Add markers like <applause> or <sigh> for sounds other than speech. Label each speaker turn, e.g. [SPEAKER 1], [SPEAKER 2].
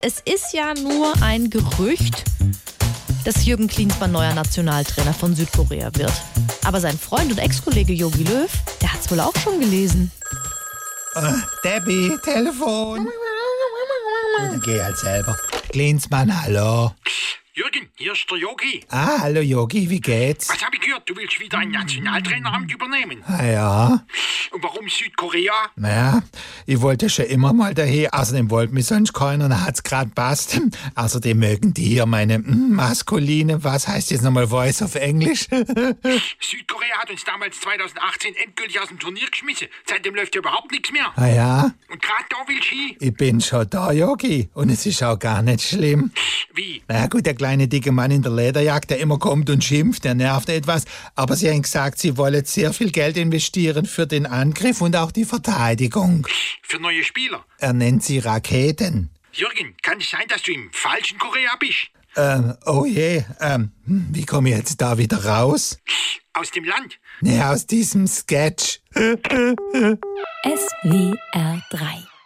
[SPEAKER 1] Es ist ja nur ein Gerücht, dass Jürgen Klinsmann neuer Nationaltrainer von Südkorea wird. Aber sein Freund und Ex-Kollege Jogi Löw, der hat's wohl auch schon gelesen.
[SPEAKER 2] Debbie, Telefon. Dann geh halt selber. Klinsmann, hallo.
[SPEAKER 3] Jürgen, hier ist der Yogi.
[SPEAKER 2] Ah, hallo Yogi, wie geht's?
[SPEAKER 3] Was habe ich gehört? Du willst wieder ein Nationaltraineramt übernehmen.
[SPEAKER 2] Ah ja,
[SPEAKER 3] Und warum Südkorea?
[SPEAKER 2] naja, ich wollte schon immer mal dahin, außerdem wollte mich sonst keiner und hat's grad passt. Außerdem mögen die hier meine mm, maskuline, was heißt jetzt nochmal Voice auf Englisch? <laughs>
[SPEAKER 3] Südkorea hat uns damals 2018 endgültig aus dem Turnier geschmissen. Seitdem läuft ja überhaupt nichts mehr.
[SPEAKER 2] ah ja,
[SPEAKER 3] Und gerade da willst du hin.
[SPEAKER 2] ich bin schon da, Yogi, und es ist auch gar nicht schlimm.
[SPEAKER 3] Wie?
[SPEAKER 2] Na ja, gut, der kleine dicke Mann in der Lederjacke, der immer kommt und schimpft, der nervt etwas. Aber sie haben gesagt, sie wollen sehr viel Geld investieren für den Angriff und auch die Verteidigung.
[SPEAKER 3] Für neue Spieler.
[SPEAKER 2] Er nennt sie Raketen.
[SPEAKER 3] Jürgen, kann es sein, dass du im falschen Korea bist?
[SPEAKER 2] Ähm, oh je, ähm, hm, wie komme ich jetzt da wieder raus? Ne,
[SPEAKER 3] Aus dem Land?
[SPEAKER 2] Nee, aus diesem Sketch.
[SPEAKER 4] SWR 3